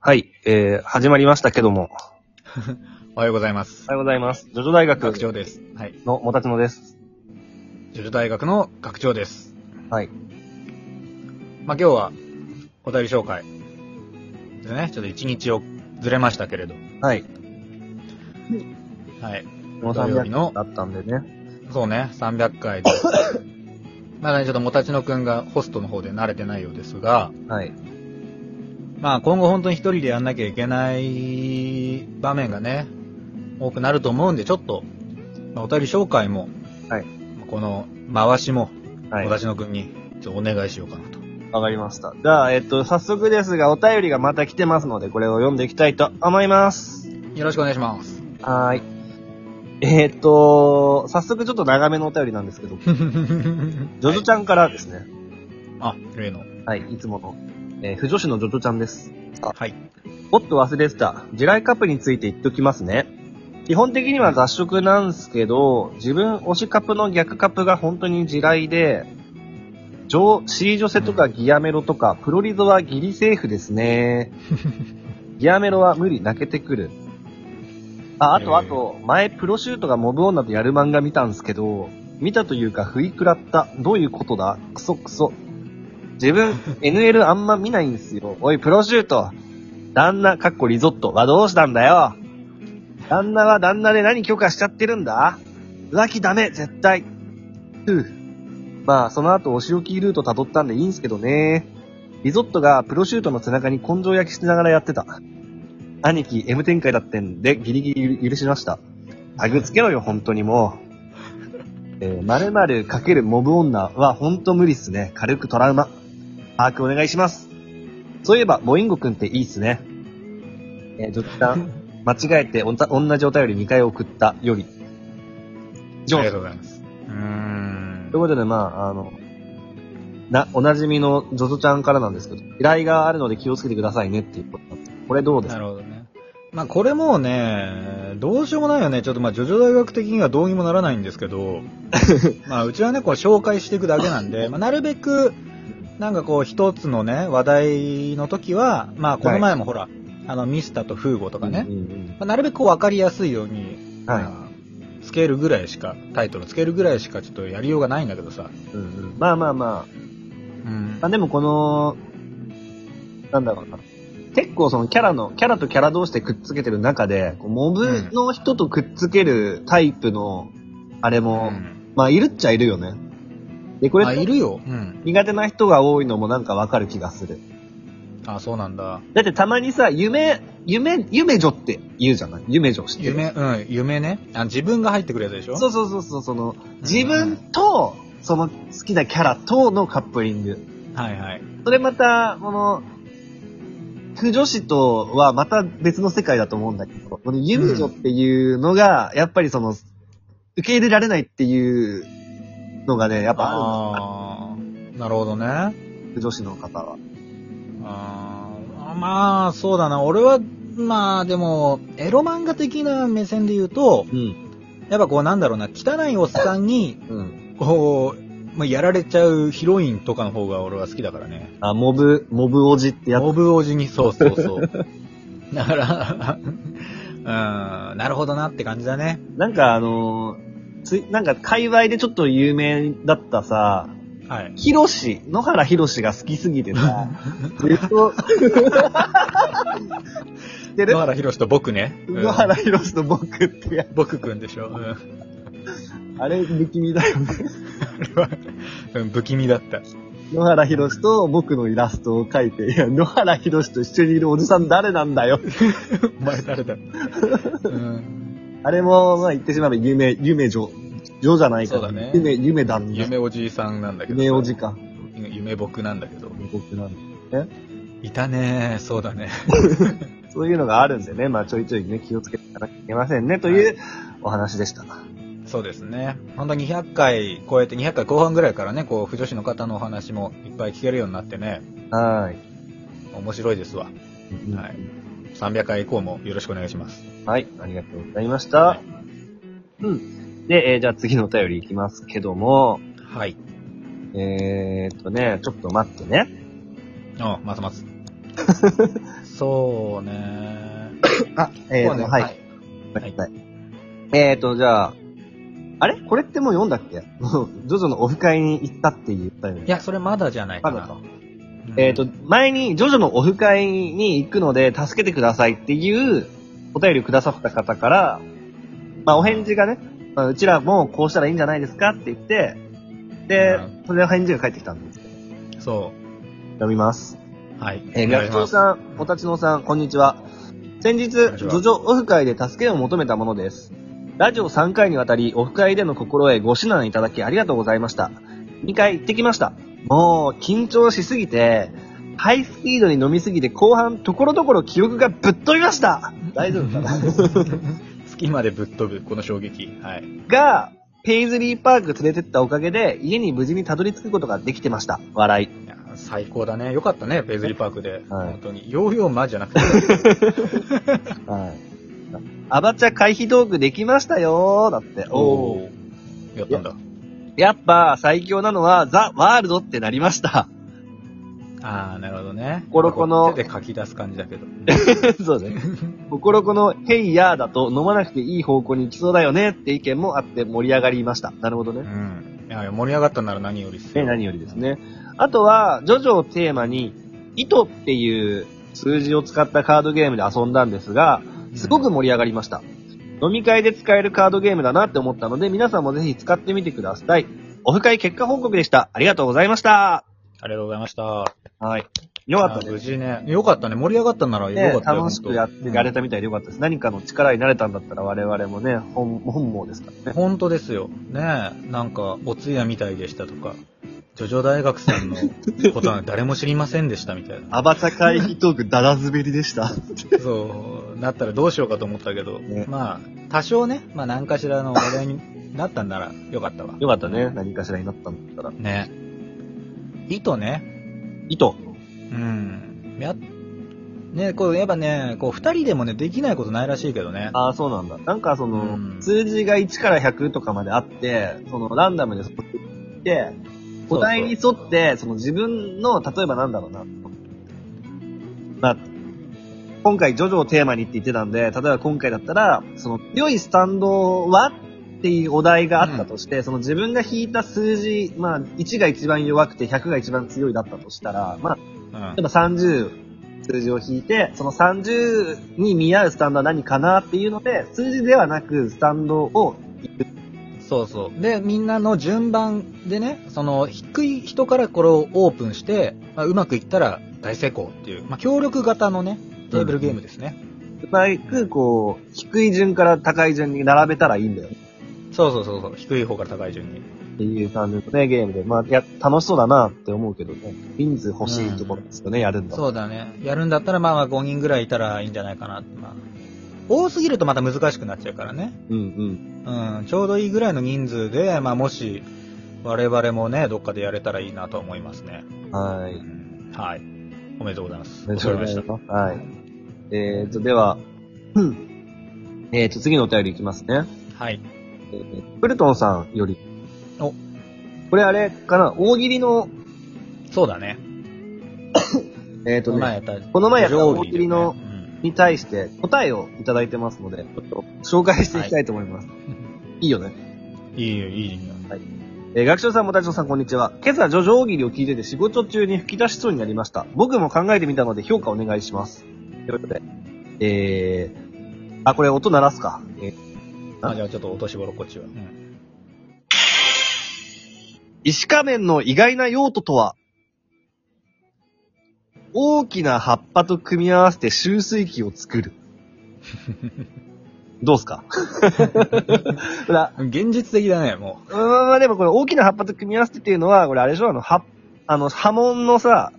はい、えー、始まりましたけども。おはようございますおは。ようございます。ジョジョ大学学長です。はい。のもたちのです。ジョジョ大学の学長です。はい。まあ、今日は、お便り紹介。ですね。ちょっと一日をずれましたけれど。はい。はい。この土曜日の300だったんでね。そうね、300回 で。まだね、ちょっともたちのくんがホストの方で慣れてないようですが、はい。まあ今後本当に一人でやんなきゃいけない場面がね、多くなると思うんで、ちょっと、まあ、お便り紹介も、はいこの回しも、はい。もわたちのくんに、ちょっとお願いしようかなと。かりました。じゃあ、えっと、早速ですが、お便りがまた来てますので、これを読んでいきたいと思います。よろしくお願いします。 はーい。えー、っと、早速ちょっと長めのお便りなんですけど、ジョジョちゃんからですね。あ、例の。はい、いつもの。えー、不女子のジョジョちゃんです。はい。おっと忘れてた。地雷カップについて言っときますね。基本的には雑食なんですけど、自分推しカップの逆カップが本当に地雷で、上、C 女性とかギアメロとか、プロリゾはギリセーフですね。ギアメロは無理、泣けてくる。あ、あえーとあと、前プロシュートがモブ女とやる漫画見たんですけど、見たというか、不意食らった。どういうことだクソクソ。自分、NL あんま見ないんですよ。おい、プロシュート。旦那、かっこリゾットはどうしたんだよ。旦那は旦那で何許可しちゃってるんだ浮気ダメ、絶対。ふう。まあ、その後、お仕置きルート辿ったんでいいんすけどね。リゾットがプロシュートの背中に根性焼きしながらやってた。兄貴、M 展開だってんで、ギリギリ許しました。タグつけろよ、本当にもう。えー、〇〇かけるモブ女は本当無理っすね。軽くトラウマ。把握お願いします。そういえば、ボインゴくんっていいっすね。えー、ドクター、間違えておた同じお便り2回送ったより。以上ありがとうございます。うーんという。ことで、まあ、あの、な、おなじみのジョジョちゃんからなんですけど、依頼があるので気をつけてくださいねっていうことなんですこれどうですなかるほどね。まあこれもうね、どうしようもないよね。ちょっとまあ、ジョジョ大学的にはどうにもならないんですけ ど、まあうちはね、こう紹介していくだけなんで、まあなるべく、なんかこう一つのね、話題の時は、まあこの前もほら、あのミスターとフーゴとかね、うんうんまあなるべくこうわかりやすいように、うん。はまあつけるぐらいしか、タイトルつけるぐらいしかちょっとやりようがないんだけどさ。い。うんうん、まあまあまうあ、んまあでもこの、なんだろうな。結構そのキャラの、キャラとキャラ同士でくっつけてる中で、こうモブの人とくっつけるタイプの、あれも、まあいるっちゃいるよね。で、こあ、いれ、るよ。うん。苦手な人が多いのもなんかわかる気がする。あ、そうなんだ。だってたまにさ、夢、夢、夢女って言うじゃない夢女してる。夢、うん、夢ね。あ、自分が入ってくるやつでしょそうそうそうそう、その、自分と、その好きなキャラとのカップリング。はいはい。それまた、この、不女子とはまた別の世界だと思うんだけど、この夢女っていうのが、やっぱりその、受け入れられないっていうのがね、やっぱああーなるほどね。あるんです不女子の方は。ーまあ、そうだな。俺は、まあでも、エロ漫画的な目線で言うと、うん。やっぱこうなんだろうな、汚いおっさんに、うん。こう、まあ、やられちゃうヒロインとかの方が俺は好きだからね。あ、モブ、モブおじってやつ。モブおじに、そうそうそう。だから、 うん、なるほどなって感じだね。なんかあのーつい、なんか界隈でちょっと有名だったさ、はい。ヒロシ、野原ヒロシが好きすぎてさ、ずっ と、知ってる野原宏と僕ね。うん野原ヒロシと僕ってや、僕くんでしょ。うんあれ、不気味だよね。うん不気味だった。野原ヒロシと僕のイラストを描いて、いや、野原ヒロシと一緒にいるおじさん誰なんだよ。お前誰だ、うん、あれも、まあ言ってしまえば夢、夢女、女じゃないから。そうだね夢、夢だん夢おじいさんなんだけどさ。夢おじか。夢僕なんだけど。僕なんだいたねそうだね。そういうのがあるんでね、まあちょいちょいね、気をつけていかなきゃいけませんね、というお話でした。そうですね。本当に200回超えて、200回後半ぐらいからね、こう、不女子の方のお話もいっぱい聞けるようになってね、はーい。面白いですわ。はい。300回以降もよろしくお願いします。はい、ありがとうございました。はいうん。で、えーじゃあ次のお便りいきますけども、はい。えーっとね、ちょっと待ってね。 あ、ますます。そうね。あ、えーこと、こはい。はい。はい。えーと、じゃあ、あれこれってもう読んだっけもう、ジョジョのオフ会に行ったって言ったよねい。や、それまだじゃないかまだな。かうんえっ、と、前にジョジョのオフ会に行くので助けてくださいっていうお便りをくださった方から、まあお返事がね、まあ、うちらもこうしたらいいんじゃないですかって言って、でうん、それで返事が返ってきたんですけど、そ読みます。う。はい。えー、お願いし学長ますさん、お立ちのさん、こんにちは。先ん日、ジにちョはジョオフ会で助けを求めたものです。ラジオ3回にわたり、オフ会での心得ご指南いただきありがとうございました。2回行ってきました。もう、緊張しすぎて、ハイスピードに飲みすぎて、後半、ところどころ記憶がぶっ飛びました大丈夫かな 月までぶっ飛ぶ、この衝撃。はい。が、ペイズリーパーク連れてったおかげで、家に無事にたどり着くことができてました。笑い。いや最高だね。よかったね、ペイズリーパークで。はい本当に。ヨーヨーマじゃなく て。はい。アバチャ回避トークできましたよーだって。おー。やったんだ。やっぱ最強なのはザ・ワールドってなりま した。あー、なるほどね。コロコの手で書き出す感じだけど。そうね。ココロコのヘイヤーだと飲まなくていい方向に行きそうだよねって意見もあって盛り上がりました。なるほどうね。ん。いや、盛り上がったんなら何よりっすえよ。何よりですね。あとは、ジョジョをテーマに、糸っていう数字を使ったカードゲームで遊んだんですが、うん。すごく盛り上がりました。飲み会で使えるカードゲームだなって思ったので、皆さんもぜひ使ってみてください。オフ会結果報告でした。ありがとうございました。ありがとうございました。はい。よかったあです無事ね。よかったね。盛り上がったんならねよか、ったよ楽しくやってやれたみたいでよかったです。何かの力になれたんだったら我々もね、本本望ですからね。本当ですよ。ねえ、なんか、お通夜みたいでしたとか、ジョジョ大学さんのことは誰も知りませんでしたみたい な。アバタ会議トークダダ滑りでした。そう、なったらどうしようかと思ったけど、ねまあ、多少ね、まあ何かしらの話題になったんならよかったわ。よかったね。何かしらになったんだったら。ね糸ね。糸。うん。や、ねこう、やっぱね、こう、二人でもね、できないことないらしいけどね。ああ、そうなんだ。なんかそうの、ん数字が1から100とかまであって、そのランダムでそこ行って、お題に沿って、その自分の、例えばなんだろうな。まあ、今回ジョジョをテーマにって言ってたんで、例えば今回だったら、その強いスタンドはっていうお題があったとして、その自分が引いた数字、まあ1が一番弱くて100が一番強いだったとしたら、まあうん例えば30数字を引いて、その30に見合うスタンドは何かなっていうので、数字ではなくスタンドを、そうそう。で、みんなの順番でね、その低い人からこれをオープンして、まあ、うまくいったら大成功っていう、まあ、協力型のね、テーブルゲームですね。うまくこう、低い順から高い順に並べたらいいんだよそうそうそうそう、低い方から高い順に。っていう感じのね、ゲームで。まあ、いや、楽しそうだなって思うけどね。人数欲しいところですよね、やるんだ。そうだね。やるんだったら、まあまあ5人ぐらいいたらいいんじゃないかなって。まあ、多すぎるとまた難しくなっちゃうからね。うんうん。うん、ちょうどいいぐらいの人数で、まあもし、我々もね、どっかでやれたらいいなと思いますね。はうい。んはい。おめでとうございます。お疲れ様でしたはい。えーと、では、うん。えーと、次のお便りいきますね。はい。えープルトンさんより。おこれあれかな大喜利の、そうだね。えーことの前ね、やったこの前やった上大下喜利のでねうんに対して答えをいただいてますので、ちょっと紹介していきたいと思います。いいよね。いいよ、いいよ。えー学長さんもたちのさんこんにちは。今朝、ジョジョ大喜利を聞いてて仕事中に吹き出しそうになりました。僕も考えてみたので評価お願いします。ということで、えー、あ、これ音鳴らすか。えーあ、じゃあちょっとお年頃こっちは。うん石仮面の意外な用途とは大きな葉っぱと組み合わせて集水器を作る。 どうすか ほら、現実的だね、もうーん、 まあでもこれ大きな葉っぱと組み合わせてっていうのは、これあれでしょあの、は、あの、波紋のさ、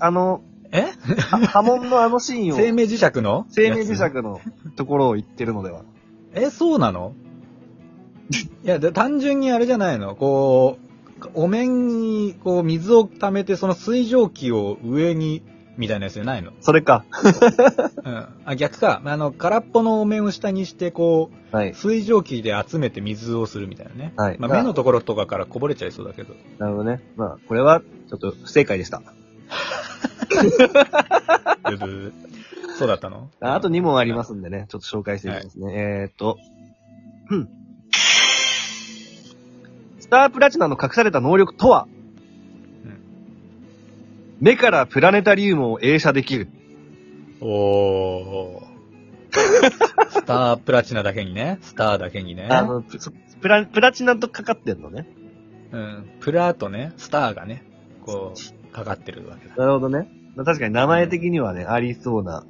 あの、う。えあ波紋のあのシーンを。生命磁石の生命磁やつ石のところを言ってるのでは。え、そうなのいや、で単純にあれじゃないのこう、お面に、こう、水を溜めて、その水蒸気を上に、みたいなやつじゃないのそれか。うん。あ、逆か。あの、空っぽのお面を下にして、こはう、い。水蒸気で集めて水をするみたいなね。はいまあ、目のところとかからこぼれちゃいそうだけど。なるほどね。まあ、これは、ちょっと不正解でした。ブブーそうだったのああと2問ありますんでね、ちょっと紹介していきますね。えーっと、うんスタープラチナの隠された能力とは、うん目からプラネタリウムを映写できる。おー。スタープラチナだけにね。スターだけにね。あの、プそプラ、プラチナとかかってんのね。うん。プラとね、スターがね、こう、かかってるわけだ。なるほどね。まあ確かに名前的にはね、ありそうな。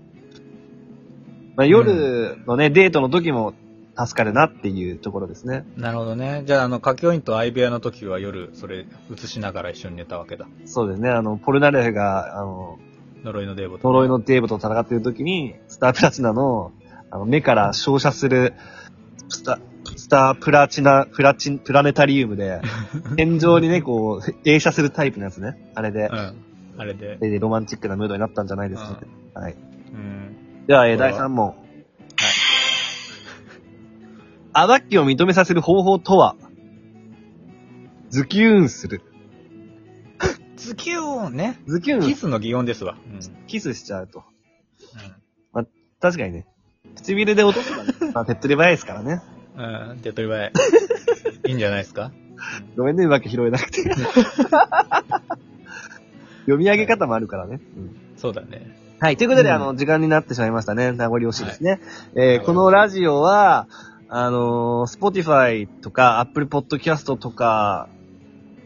まあ、夜のね、デートの時も助かるなっていうところですね。なるほどね。じゃあ、あの、書き音と相部屋の時は夜、それ、映しながら一緒に寝たわけだ。そうですね。あの、ポルナレフが、あの、呪いのデーボと。呪いのデーブと戦っている時に、スタープラチナの、あの、目から照射する、スタ、スタープラチナ、プラチン、プラネタリウムで、天井にね、こう、映写するタイプのやつね。あれで、うん。あれで。でロマンチックなムードになったんじゃないですか、ね。はい。うん。では、えーこれは第3問。アバッキを認めさせる方法とは、ズキューンする。ズキューンね。ズキューキン、スの擬音ですわ。うん。キスしちゃうと。確かにね。唇で落とすからね。まあ、手っ取り早いですからね。うん。うん。手っ取り 早い。いいんじゃないですかごめんね、うまく拾えな くて。読み上げ方もあるからね。そうだね。はい、ということで、うんあの、時間になってしまいましたね。名残惜しいですね。いえーこのラジオは、あのー、Spotify とか Apple Podcast とか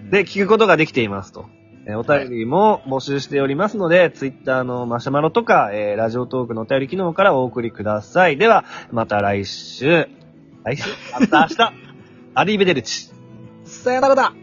うんで、聞くことができていますと。えーお便りも募集しておりますので、Twitter のマシュマロとか、えーラジオトークのお便り機能からお送りください。では、ま た来週。来週また明日アリーベデルチさよならだ